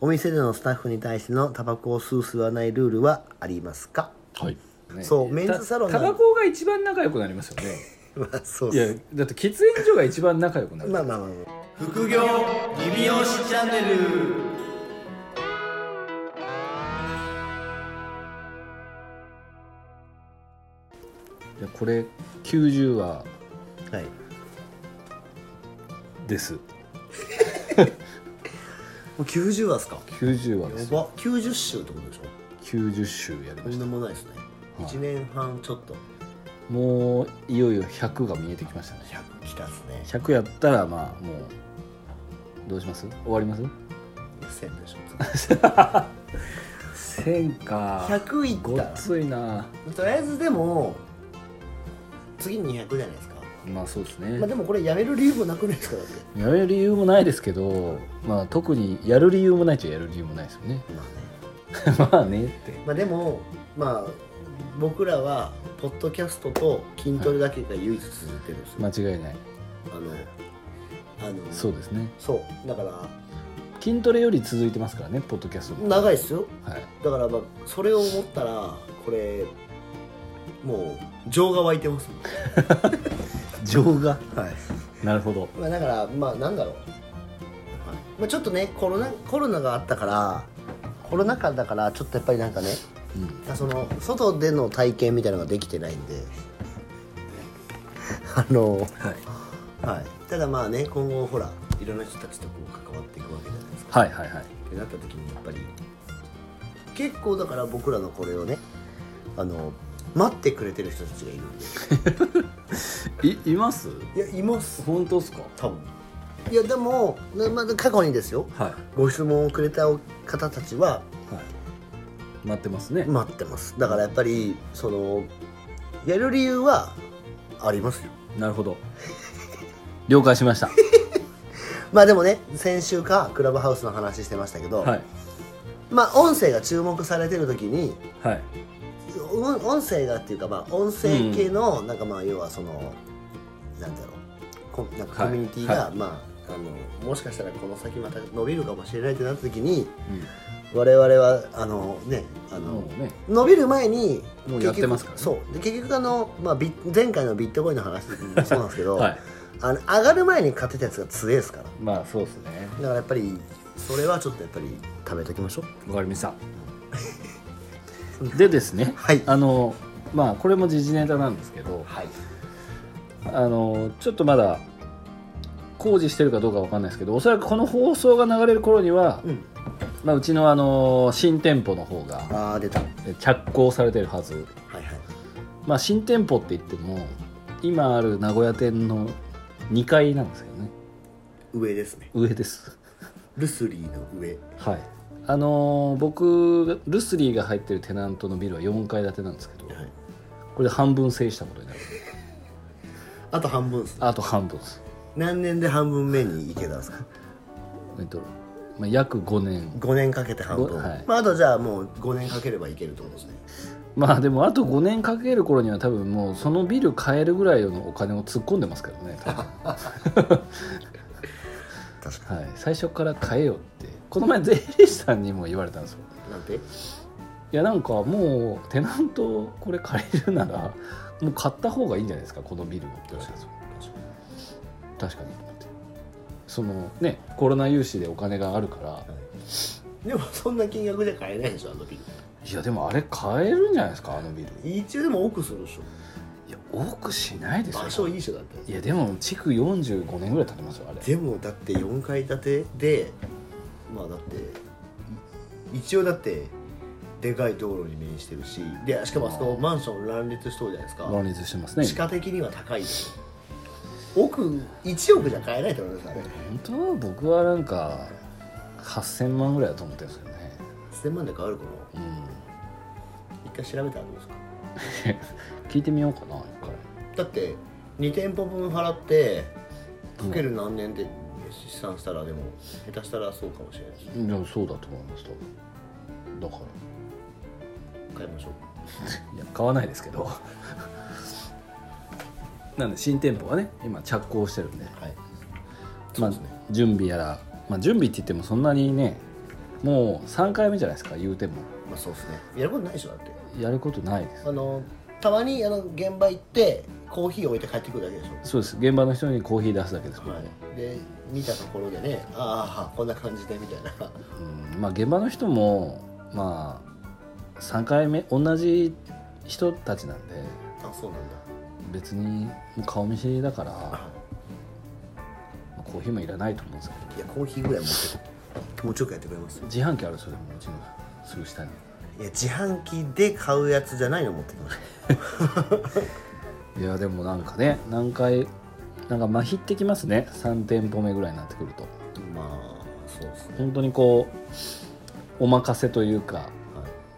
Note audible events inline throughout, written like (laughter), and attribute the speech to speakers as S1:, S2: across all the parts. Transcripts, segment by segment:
S1: お店でのスタッフに対してのタバコを吸う吸わないルールはありますか
S2: はい
S3: ね
S1: そうメンズサロン
S3: た
S1: な
S3: タバ
S1: ん
S3: コが一番仲良くなりますよね
S1: まあそうっ
S3: いや
S1: す
S3: だって喫煙所が一番仲良くなる、
S1: まあまあまあまあ
S2: 副業リビオシチャンネル
S3: じゃあこれ90話
S1: はい
S3: です
S1: もう90話っすか
S3: 90話です
S1: やば90週ってことでしょ
S3: 90週やり
S1: と
S3: まし
S1: んで
S3: た
S1: もないですね、
S3: はい
S1: 1年半ちょっと
S3: もういよいよ100が見えてきましたね
S1: 100来たっすね
S3: 100やったらまあもうどうします終わります
S1: 1000でしょ
S3: 1000か
S1: 100い
S3: ご
S1: っ
S3: ったついな
S1: とりあえずでも次に200じゃないですか、
S3: まあそうですね、
S1: まあ、でもこれやめる理由もなくないですかだって
S3: やる理由もないですけどまあ特にやる理由もないっちゃやる理由もないですよね (laughs)
S1: まあね
S3: まあねって
S1: まあでもまあ僕らはポッドキャストと筋トレだけが唯一続いてるんですよ、
S3: 間違いない
S1: あのあの
S3: そうですね
S1: そうだから
S3: 筋トレより続いてますからねポッドキャスト
S1: 長い
S3: い
S1: ですよ
S3: はい
S1: だからまあそれを思ったらこれもう情が湧いてますもん
S3: 情が
S1: はい、
S3: なるほど
S1: まあ、だからまあなんだろう、まあ、ちょっとねコロナコロナがあったからコロナ禍だからちょっとやっぱりなんかね
S3: うん
S1: その外での体験みたいなのができてないんであの
S3: はい
S1: はい、ただまあね今後ほらいろんな人たちとこう関わっていくわけじゃないですか
S3: はいはいはい
S1: ってなった時にやっぱり結構だから僕らのこれをねあの待ってくれてる人たちがいるんで
S3: いいます
S1: いやいます
S3: 本当ですか
S1: 多分いやでも、なまあ、過去にですよ
S3: はい
S1: ご質問をくれた方たちは
S3: はい待ってますね、
S1: 待ってますだからやっぱりそのやる理由はありますよ
S3: なるほど了解しました
S1: まあでもね先週かクラブハウスの話してましたけど、
S3: はい
S1: まあ音声が注目されてる時に
S3: はい
S1: 音音声がっていうかまあ音声系のなんかまあ要はそのなんだろうこなんか
S3: はい
S1: コミュニティがまああのもしかしたらこの先また伸びるかもしれないってなった時に我々はあのねあ
S3: うん、も
S1: の
S3: うね
S1: 伸びる前に
S3: もう
S1: 結局
S3: やってますからね
S1: そうで結局あのまあビ前回のビットコインの話もそうなんですけど
S3: はい
S1: あの上がる前に買ってたやつが強いですから
S3: まあそうですね
S1: だからやっぱりそれはちょっとやっぱり食べときましょう
S3: わかりました (laughs) でですね、
S1: はい
S3: あのまあこれも時事ネタなんですけど
S1: はい
S3: あのちょっとまだ工事してるかどうかわかんないですけどおそらくこの放送が流れる頃には、う
S1: うん
S3: まあ、うちのあの新店舗の方が
S1: ああ出たはい
S3: え着工されてるはず、
S1: はい
S3: まあ、新店舗って言っても今ある名古屋店の2階なんですよね
S1: 上ですね
S3: 上です
S1: ルスリーの上
S3: はいあの僕ルスリーが入ってるテナントのビルは4階建てなんですけど
S1: はい
S3: これで半分制したことになる
S1: あと半分っす
S3: あと半分です、
S1: 何年で半分目に行けたんですか
S3: えっとまあ、約5年
S1: 5年かけて半分、
S3: ごはい
S1: まあ、あとじゃあもう5年かければいけるってことですね
S3: まあでもあと5年かける頃には多分もうそのビル買えるぐらいのお金を突っ込んでますけどね多
S1: (laughs)
S3: 分
S1: 確か
S3: はい、最初から買えよってこの前税理士さんにも言われたんですよ
S1: になんて
S3: いやなんかもうテナントこれ借りるならもう買った方がいいんじゃないですかこのビルをって言われたんですよ確かにってそのねコロナ融資でお金があるから
S1: でもそんな金額で買えないでしょあのビ
S3: いやでもあれ買えるんじゃないですかあのビル
S1: ル一応でも多くするでし
S3: いや多くしないで
S1: ょ
S3: すよ
S1: 場所いいでしょだって
S3: いやでも築45年ぐらい経ってますよあれ
S1: でもだって4階建てでまあだってい一応だってでかい道路に面してるしでしかもあそこマンション乱立しそうじゃないですか
S3: 乱立してますね
S1: 地価的には高いですよ億1億じゃ買えないと思いますあれ
S3: 本当は僕はなんか8000万ぐらいだと思ってるんですよね
S1: 1000万で買えるか
S3: う
S1: なん一回調べたらどうですか
S3: 聞いてみようかな一回
S1: だって2店舗分払ってかける何年で試算したらでも下手したらそうかもしれないし
S3: いやそうだと思います多分だか
S1: 買いましょう
S3: らいや買わないですけど (laughs) なんで新店舗はね今着工してるんで
S1: はい
S3: まあ準備やら、まあ、準備って言ってもそんなにねもう3回目じゃないですか言うても
S1: まあそうですねやることないでしょだって
S3: やることないです
S1: あのたまにあの現場行ってコーヒー置いて帰ってくるだけでしょ
S3: そうです現場の人にコーヒー出すだけです、僕は
S1: はい、で見たところでねああこんな感じでみたいな (laughs)
S3: うんまあ現場の人もまあ3回目同じ人たちなんで
S1: あそうなんだ
S3: 別に顔見知りだから、ま
S1: あ
S3: あコーヒーもいらないと思うんですけ
S1: いや
S3: ど
S1: コーヒーぐらい持って気持ちよくやってくれますよ
S3: 自販機あるんですよでもうちのすぐ下に
S1: いや自販機で買うやつじゃないの持ってきまし
S3: いやでもなんかね何回なんかまひってきますね3店舗目ぐらいになってくると
S1: たまあそうですね、
S3: 本当にこうお任せというか、
S1: はい、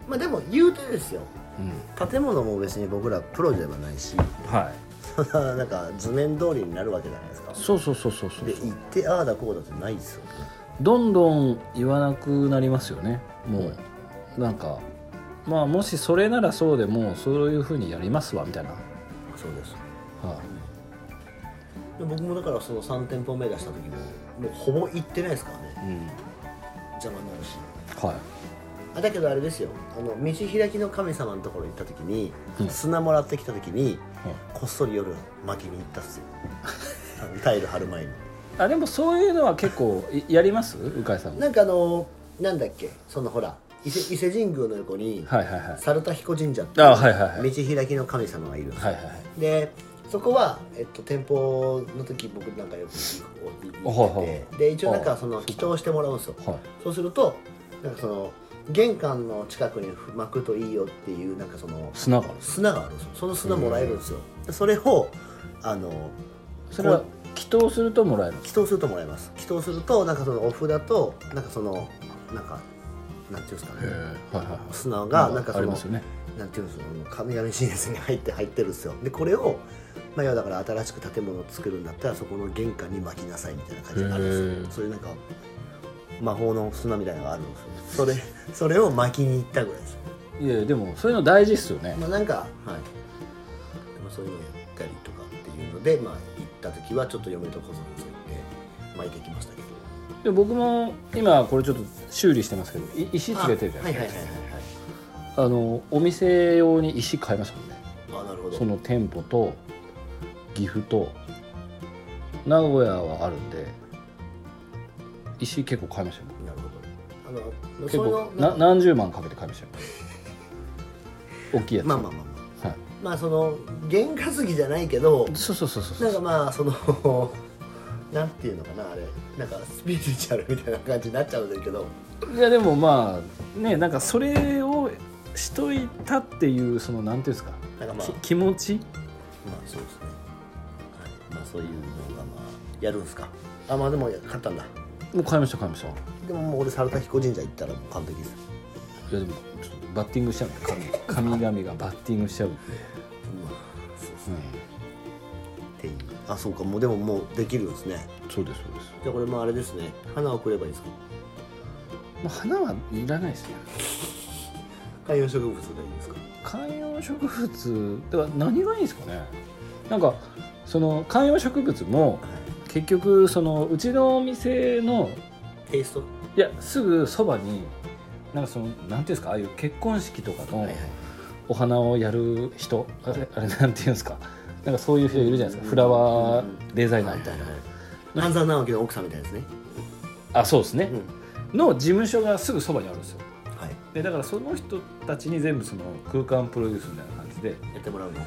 S1: まあでも言うてですよ
S3: うん、
S1: 建物も別に僕らプロではないし (laughs)
S3: は
S1: そ
S3: い
S1: んななんか図面通りになるわけじゃないですか
S3: そうそうそうそうそう
S1: で行ってああだこうだってないですよね
S3: どんどん言わなくなりますよねもうなんかまあもしそれならそうでもそういうふうにやりますわみたいな、
S1: そうです
S3: は
S1: で僕もだからその3店舗目出した時ももうほぼ行ってないですからね
S3: いうん
S1: 邪魔になるし
S3: は
S1: あだけどあれですよあの道開きの神様のところに行った時に、
S3: うん
S1: 砂もらってきた時に
S3: い、はい
S1: こっそり夜巻きに行ったっすよあのタイル張る前に
S3: あでもそういうのは結構いやります鵜飼さんも
S1: なんかあのなんだっけそのほら伊勢伊勢神宮の横に、
S3: はいはいはい
S1: 猿田彦神社って
S3: あはいはいはいはい
S1: 道開きの神様がいるんですよ
S3: はいはい
S1: でそこは、えっと、店舗の時僕なんかよく行って
S3: はいは
S1: てで一応なんかその祈祷してもらうんですよ
S3: はい
S1: そうするとなんかその玄関の近くに巻くといいよっていうなんかその
S3: 砂がある
S1: 砂があるんですよその砂もらえるんですよでそれをあの
S3: それは祈祷するともらえるんです
S1: 祈祷するともらえます祈祷するとなんかそのお札となんかそのなんかなんていうんですかね
S3: はいはいはい
S1: 砂がなんか
S3: あ
S1: そ
S3: り
S1: の
S3: ますよね
S1: なんていうんですか神々神列に入って入ってるんですよでこれをまあ要はだから新しく建物を作るんだったらそこの玄関に巻きなさいみたいな感じになるんです
S3: へ
S1: よ
S3: ー
S1: そういうなんか魔法の砂みたいなのがあるんですよそれ (laughs) それを巻きに行ったぐらいです
S3: いやでもそういうの大事っすよね
S1: まあなんかはいまあそういうのやったりとかっていうのでまあ行った時はちょっと嫁とこそこそ行って巻いてきましたけど
S3: で僕も今これちょっと修理してますけどい石連れてるじゃ
S1: あ
S3: な
S1: はいい
S3: で
S1: はい
S3: すか
S1: はいはいはい
S3: あのお店用に石買いましたもんね
S1: あなるほど
S3: その店舗と岐阜と名古屋はあるんで石結構買いましたよ
S1: なるほどあの
S3: 結
S1: そ
S3: 構
S1: の
S3: な何十万かけて買いましたよ大きいやつ、
S1: まあまあまあまあ
S3: はい、
S1: まあその験担ぎじゃないけど
S3: そうそうそうそう
S1: なんかまあその (laughs) なんていうのかなあれなんかスピリチュアルみたいな感じになっちゃうんだけど
S3: いやでもまあねなんかそれをしといたっていうそのなんていうんですか、
S1: なんかまあ
S3: き気持ち
S1: まあそうですね、はい、まあそういうのがまあやるんすかあまあでも勝ったんだ
S3: もう買いました買いましたい
S1: でももう俺猿田彦神社行ったらもう完璧です
S3: やでもちょっとバッティングしちゃうんで神神々がバッティングしちゃうんで、
S1: まあそうですね
S3: う
S1: っていうあそうかもうでももうできるんですね
S3: ん、そうですそうです
S1: じゃあこれもあれですね花を送ればいいですか
S3: まあ、花はいらないですね
S1: 観葉植物がいいですか
S3: 観葉植物では何がいいんですかねなんかその観葉植物も
S1: は
S3: 結局そのうちのお店の
S1: いテイスト
S3: いやすぐそばになんかそのなんていうんですかああいう結婚式とかのお花をやる人、あれあれなんていうんですかなんかそういう人いるじゃないですか、フラワーデザイナーみたいな、
S1: な半沢直樹の奥さんみたいですね
S3: あそうですね
S1: う、ん
S3: の事務所がすぐそばにあるんですよ
S1: はい
S3: でだからその人たちに全部その空間プロデュースみたいな感じで
S1: やってもらうの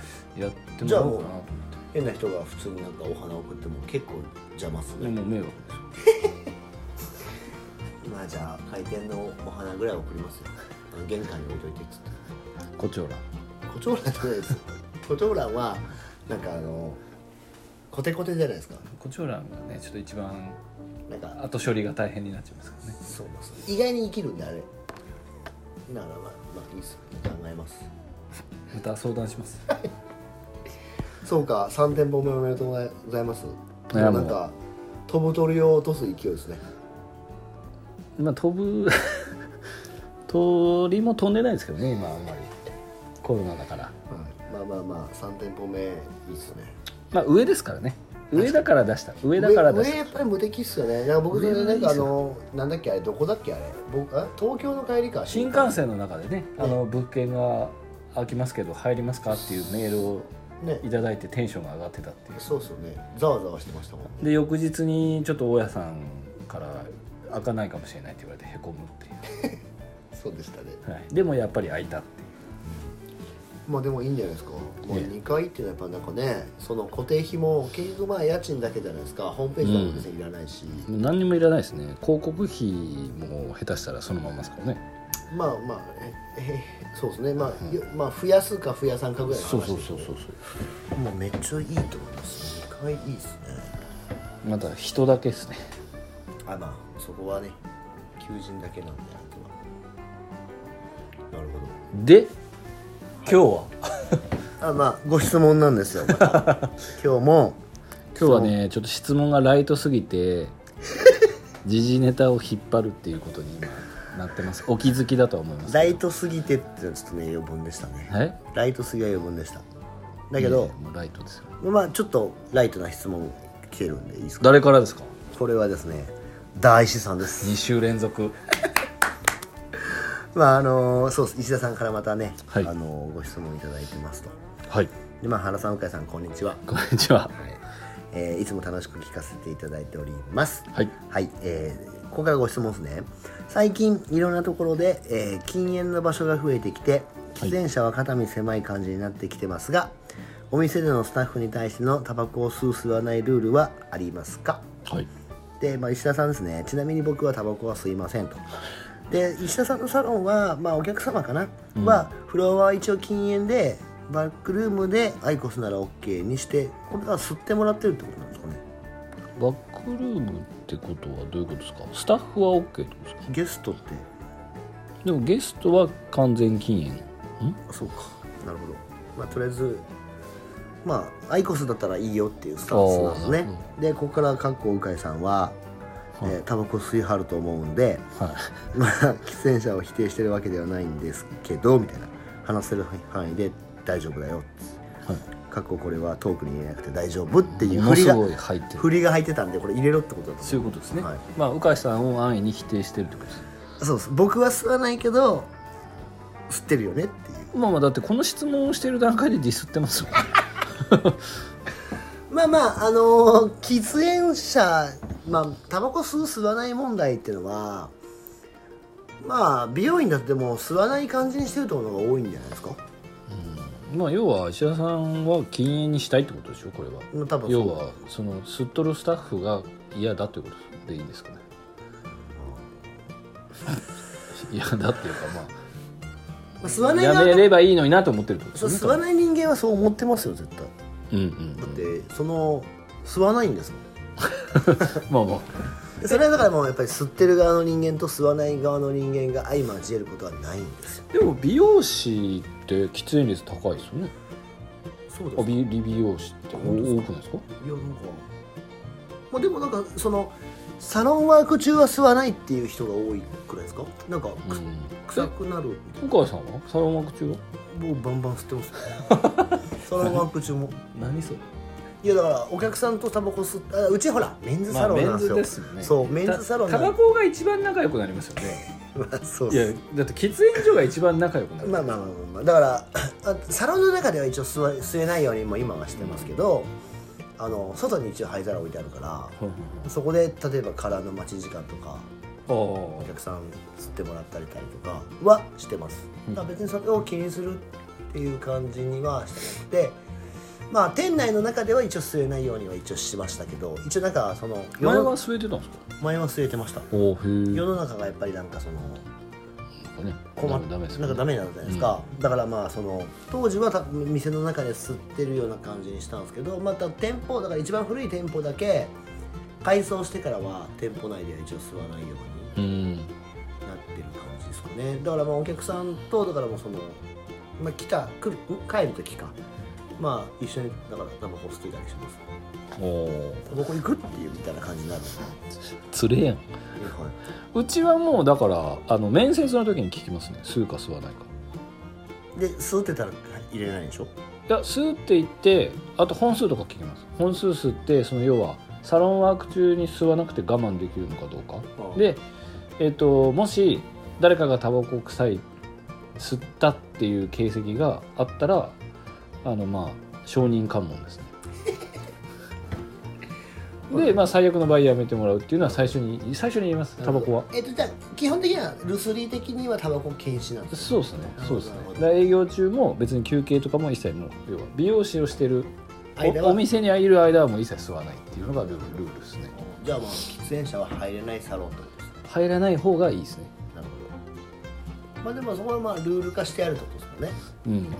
S3: やってもらおうかなと思って。
S1: 変な人が普通になんかお花を送っても結構邪魔っす
S3: で
S1: ね、
S3: も迷惑
S1: まあじゃあ開店のお花ぐらい送りますよあの玄関に置いといてっつって
S3: コチョウラ
S1: 胡蝶蘭じゃない (laughs) です胡蝶蘭はなんかあのコテコテじゃないですか
S3: コチョウランがねちょっと一番
S1: なんか
S3: 後処理が大変になっちゃいますからね
S1: そうなんです意外に生きるんであれならまあまあいいっす考えます
S3: (laughs) また相談します
S1: そうか3店舗目おめでとうございます
S3: いやもう
S1: なんか飛ぶ鳥を落とす勢いですね
S3: まあ飛ぶ (laughs) 鳥も飛んでないですけどね今あんまりコロナだから
S1: まあまあまあ3店舗目いいっすね
S3: まあ上ですからね上だから出した上だから
S1: 上
S3: 出
S1: 上
S3: し
S1: やっぱり無敵っすよねいや僕それでなんかあのなんだっけあれどこだっけあれ僕あ東京の帰りか
S3: た新幹線の中でねあの物件が空きますけど入りますかっていうメールを
S1: ね
S3: いただいてテンションが上がってたっていう
S1: そうそうねざわざわしてましたもんね
S3: で翌日にちょっと大家さんから「開かないかもしれない」って言われてへこむって
S1: そうでしたね
S3: いう、はい、でもやっぱり開いたっていう
S1: まあでもいいんじゃないですか、まあ、
S3: ね
S1: 2階っていうのはやっぱなんかねその固定費も結局まあ家賃だけじゃないですかホームページとかも別にいらないし、
S3: もう何にもいらないですね広告費も下手したらそのままですからね
S1: まあまあええそうですねまあ、よまあ増やすか増やさんかぐらいの話
S3: そう
S1: です
S3: そ
S1: よ
S3: う
S1: ね
S3: そうそうそう
S1: もうめっちゃいいと思います2階いいですね
S3: また人だけですね
S1: あまあそこはね求人だけなんであとはなるほ
S3: で今日は、
S1: どあまあご質問なんですよ、ま (laughs) た今日も
S3: 今日はねちょっと質問がライトすぎて時事ネタを引っ張るっていうことに今なってますお気づきだとは思います
S1: ライトすぎてっていうのはちょっとね余分でしたね
S3: え
S1: ライトすぎは余分でしただけど、
S3: いやもうライトですよ
S1: まあちょっとライトな質問来てるんでいいですか
S3: 誰からですか
S1: これはですね大石さんです
S3: 2週連続
S1: まああのそうです石田さんからまたね、
S3: はい
S1: あのご質問いただいてますと
S3: はい
S1: でまあ原さん向井さんこんにちは、
S3: こんにちは
S1: はいえーいつも楽しく聞かせていただいております
S3: はい
S1: はい、えーここからご質問ですね最近いろんなところで、えー禁煙の場所が増えてきて喫煙者は肩身狭い感じになってきてますが、お店でのスタッフに対してのタバコを吸う吸わないルールはありますか
S3: はい
S1: で、まあ、石田さんですねちなみに僕はタバコは吸いませんとで石田さんのサロンは、まあ、お客様かな、はフロアは一応禁煙でバックルームでアイコスなら OK にしてこれは吸ってもらってるってことなんですかね
S3: バックルームってことはどういうことですかスタッフは OK ってことですか
S1: ゲストって
S3: でもゲストは完全禁煙ん
S1: そうかなるほどまあとりあえずまあアイコスだったらいいよっていうスタンスなんですね
S3: あ
S1: でここからかっこうかいさんは、えータバコ吸いはると思うんで
S3: はい
S1: まあ喫煙者を否定してるわけではないんですけどみたいな話せる範囲で大丈夫だよ
S3: はい
S1: かっここれはトークに入れなくて大丈夫っていう
S3: もの
S1: 振り
S3: す
S1: が
S3: ご (laughs) い入ってる
S1: 振りが入ってたんでこれ入れろってことだと
S3: そういうことですね、
S1: はい
S3: まあ鵜飼さんを安易に否定してるってことです
S1: そうです僕は吸わないけど吸ってるよねっていう
S3: まあまあだってこの質問をしている段階でディスってますもん
S1: まあまああのー喫煙者まあタバコ吸う吸わない問題っていうのはまあ美容院だってもう吸わない感じにしてるところが多いんじゃないですか
S3: (laughs) まあ要は石田さんは禁煙にしたいってことでしょこれは
S1: うん多分そう
S3: 要はそのすっとるスタッフが嫌だということでいいんですかね嫌だっていうか (laughs) ま
S1: まあ吸わ
S3: あ
S1: ない
S3: や
S1: 側
S3: め
S1: の
S3: ればいいのになと思ってるってこと
S1: そう
S3: です
S1: 吸
S3: よ
S1: わ
S3: ね
S1: ない人間はそう思ってますよ絶対
S3: うんうん
S1: だってその吸わないんですもん
S3: まあまあ
S1: でそれはだからもうやっぱり吸ってる側の人間と吸わない側の人間が相交えることはないんですよ
S3: でも美容師って喫煙率高いですよね
S1: そう
S3: あ美美容師って多くないですか
S1: いやなんかまあでもなんかそのサロンワーク中は吸わないっていう人が多いくらいですかなんかく、臭くなるみたい
S3: うん鵜飼さんはサロンワーク中は
S1: なもうバンバン吸ってますよ (laughs) サロンワーク中も
S3: 何それ
S1: いやだからお客さんとタバコ吸ってあうちほらメンズサロンなんですよ、
S3: まあメンズですよね
S1: そうメンズサロン
S3: タ
S1: なん
S3: バコが一番仲良くなりますよね
S1: (laughs) まあそう
S3: いや
S1: です
S3: だって喫煙所が一番仲良くなる
S1: まあまあまあまあ、まあ、だからあサロンの中では一応吸わ吸えないようにも今はしてますけど、あの外に一応灰皿置いてあるから
S3: はい
S1: そこで例えば空の待ち時間とかお
S3: はいはい
S1: 客さん吸ってもらったりたりとかはしてます、
S3: うん
S1: だから別にそれを気にするっていう感じにはしてなくてまあ店内の中では一応吸えないようには一応しましたけど一応なんかその
S3: ああ前
S1: 世
S3: は
S1: の
S3: 据えてたんですか
S1: 前は吸えてました
S3: おおへえ
S1: 世の中がやっぱりなんかその
S3: ね
S1: 困っ
S3: ダメです
S1: なんかダメなんじゃないですか、だからまあその当時はた店の中で吸ってるような感じにしたんですけどまた店舗だから一番古い店舗だけ改装してからは店舗内では一応吸わないように
S3: うん
S1: なってる感じですかねだからまあお客さんとだからもうその、まあ、来た来るん帰る時かまあ一緒にだからタバコ吸っていたりします
S3: おお
S1: タバコ行くっていうみたいな感じになるんですね
S3: つれやん
S1: は
S3: うちはもうだからあの面接の時に聞きますね吸うか吸わないか
S1: いで吸ってたら入れないでしょ
S3: や数って言ってあと本数とか聞きます本数数ってその要はサロンワーク中に吸わなくて我慢できるのかどうか
S1: ああ
S3: で、えっともし誰かがタバコ臭い吸ったっていう形跡があったらあのまあ承認喚問ですねで、まあ、最悪の場合やめてもらうっていうのは最初に最初に言いますタバコは
S1: えっとじゃあ基本的にはルスリー的にはタバコ禁止なんです
S3: そうですねそうですね
S1: なるほど
S3: だから営業中も別に休憩とかも一切の要は美容師をしてる
S1: 間
S3: お
S1: は
S3: お店にいる間はもう一切吸わないっていうのがルールルールですね
S1: じゃあまあ喫煙者は入れないサロンってことですね
S3: 入らない方がいいですね
S1: なるほどまあでもそこはまあルール化してあるってことですもんね
S3: うん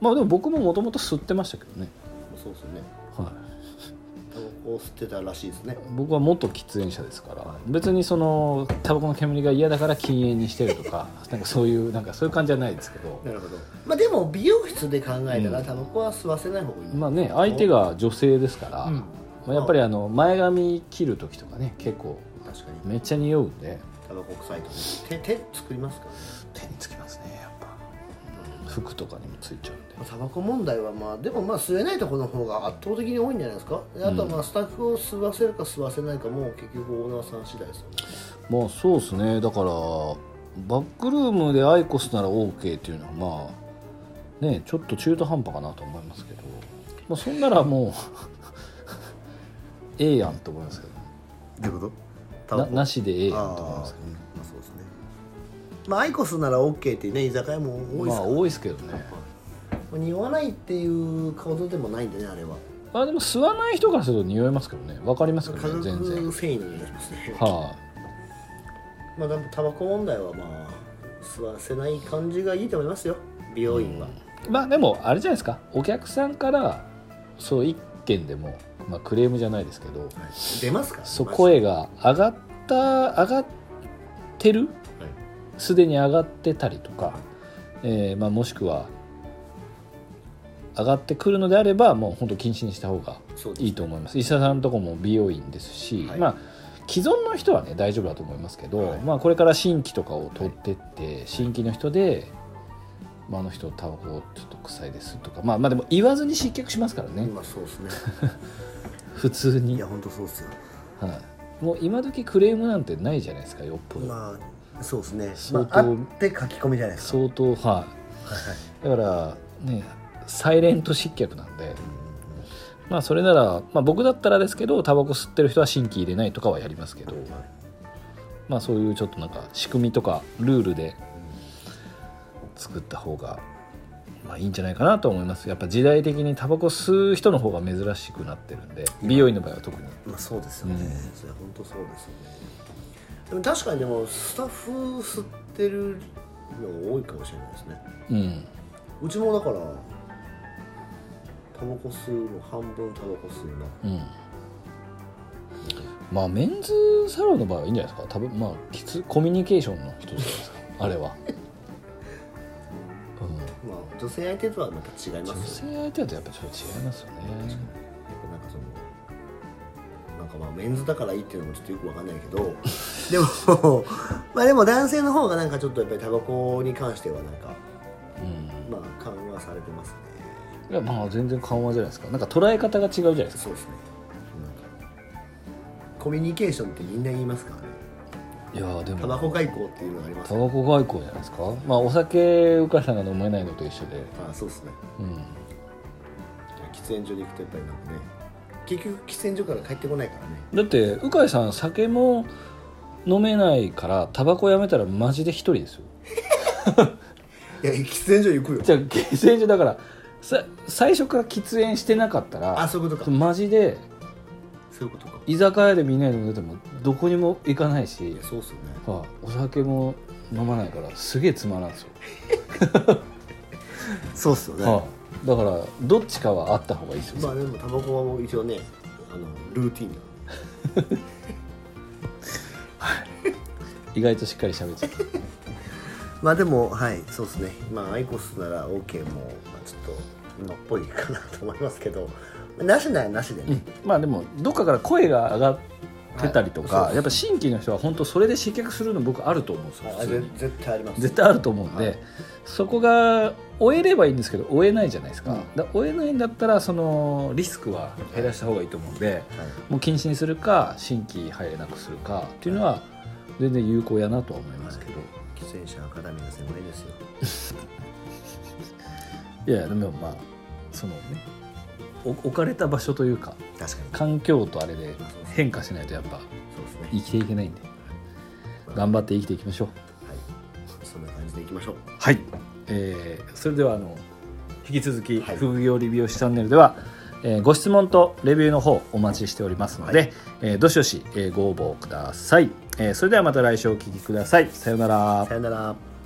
S3: まあでも僕ももともと吸ってましたけどね、
S1: そうですよね
S3: はい、
S1: タバコを吸ってたらしいですね
S3: 僕は元喫煙者ですから別にそのタバコの煙が嫌だから禁煙にしてるとか (laughs) なんかそういうなんかそういう感じじゃないですけど
S1: なるほどまあでも美容室で考えた
S3: う
S1: ら
S3: ん
S1: タバコは吸わせない方がいい、
S3: まあね相手が女性ですから、
S1: うん
S3: まあ、やっぱりあの前髪切る時とかね結構
S1: 確かに
S3: めっちゃ匂うんで
S1: タバコ臭いとね手手作りますからね
S3: 手につきますねやっぱ服とかにもついちゃうんで
S1: まあタバコ問題はまあでもまあ吸えないところの方が圧倒的に多いんじゃないですかであとはまあスタッフを吸わせるか吸わせないかも結局オーナーさん次第ですよね
S3: まあそうですねだからバックルームでアイコスなら OK っていうのはまあねちょっと中途半端かなと思いますけど、まあ、そんならもう (laughs) ええやんと思いますけ
S1: どういうこと
S3: どななしでええやんと思いますけど、
S1: まあそうですねまあアイコスなら OK っていうね居酒屋も多いで
S3: ますあ
S1: から、
S3: 多いですけどね
S1: まあ、匂わないっていうことでもないんでねあれは
S3: あでも吸わない人からすると匂いますけどね分かりますけ
S1: 化
S3: ど
S1: 学
S3: ね
S1: 繊
S3: 全然はい、
S1: 維になりますねまあでもタバコ問題はまあ吸わせない感じがいいと思いますよ美容院は、
S3: まあでもあれじゃないですかお客さんからそう一件でも、まあ、クレームじゃないですけど、
S1: 出ますから
S3: そう
S1: マジで
S3: 声が上がった上がってる
S1: はい
S3: すでに上がってたりとか、えーまあ、もしくは上がってくるのであればもう本当禁止にした方が
S1: そうです
S3: いいと思います石田さんのとこも美容院ですし、
S1: はい
S3: まあ既存の人はね大丈夫だと思いますけど、
S1: はい
S3: まあ、これから新規とかを取ってって、新規の人で、まあ、あの人タバコちょっと臭いですとか、まあ、まあでも言わずに失脚しますからね、
S1: まあそうです
S3: (laughs)
S1: ね
S3: 普通
S1: い
S3: に
S1: や、本当そうですよ
S3: はい、もう今時クレームなんてないじゃないですかよっぽど、
S1: まあそうですね
S3: 相
S1: まあ、
S3: 当
S1: あって書き込みじゃないですか
S3: 相当はいだからねサイレント失脚なんでまあそれなら、まあ、僕だったらですけどタバコ吸ってる人は新規入れないとかはやりますけど、まあそういうちょっとなんか仕組みとかルールで作った方がまあいいんじゃないかなと思いますやっぱ時代的にタバコ吸う人の方が珍しくなってるんで美容院の場合は特に
S1: まあそうですよね、
S3: うん
S1: それ本当そうですよねでも確かにでもスタッフ吸ってるの多いかもしれないですね
S3: うん
S1: うちもだからタバコ吸うの半分タバコ吸うな
S3: うんまあメンズサロンの場合はいいんじゃないですか多分まあきつコミュニケーションの一つじゃないですかあれは、う
S1: まあ女性相手とはまた違い
S3: ん、
S1: ま
S3: 女
S1: すよね
S3: 性相手だとやっぱちょっと違いますよね
S1: やっぱなんかそのなんかまあメンズだからいいっていうのもちょっとよくわかんないけ
S3: (laughs)
S1: どでもまあでも男性の方がなんかちょっとやっぱりタバコに関してはなんか
S3: うん
S1: まあ緩和されてますね
S3: いやまあ全然緩和じゃないですかなんか捉え方が違うじゃないですか
S1: そうですねなんかコミュニケーションってみんな言いますからね
S3: いやーで
S1: タ
S3: も
S1: バコ外交っていうのがあります
S3: タ
S1: ね
S3: バコ外交じゃないですかまあお酒うかさんが飲めないのと一緒で
S1: あそうですね
S3: うん
S1: 喫煙所に行くとやっぱりなんかね結局喫煙所から帰ってこないからね
S3: だって鵜飼さん酒も飲めないからタバコやめたらマジで一人ですよ
S1: いや喫煙所行くよ
S3: じゃあ喫煙所だからさ最初から喫煙してなかった
S1: あ
S3: ら
S1: そういうことか
S3: マジで
S1: そういうことか
S3: 居酒屋でみんなで飲んでてもどこにも行かない
S1: い
S3: し
S1: や、そうっすよね
S3: はあお酒も飲まないからすげえつまらんですよ、
S1: そうっすよね、
S3: はあだからどっちかはあった方がいいですよ、
S1: まあでもタバコはもう一応ねあのルーティンだ
S3: 意外としっかり喋ってた
S1: まあでもはいそうですねまあアイコスなら OK も、まあ、ちょっとのっぽいかなと思いますけどなしならなしでね、
S3: まあでもどっかから声が上がってたりとか、
S1: はい
S3: やっぱ新規の人は本当それで失脚するの僕あると思うんですよ
S1: あ
S3: 普通に
S1: ぜ絶対あります
S3: 絶対あると思うんで、
S1: はい
S3: そこが終えればいいんですけど終えないじゃないですか,、
S1: うん
S3: だ終えないんだったらそのリスクは減らした方がいいと思うんで
S1: はい
S3: もう禁止にするか新規入れなくするかっていうのは全然有効やなとは思いますけど
S1: 喫煙者は肩身が狭いですよ
S3: いやいやでもまあそのねお置かれた場所というか
S1: 確かに
S3: 環境とあれで変化しないとやっぱ
S1: そうですね
S3: 生きていけないんで頑張って生きていきましょう
S1: はいそんな感じでいきましょう
S3: はい、えーそれではあの引き続き
S1: はい
S3: 副業理美容師チャンネルでは、えーご質問とレビューの方お待ちしておりますので、
S1: はい
S3: えーどしどし、えーご応募ください、えーそれではまた来週お聞きくださいさようなら
S1: さよなら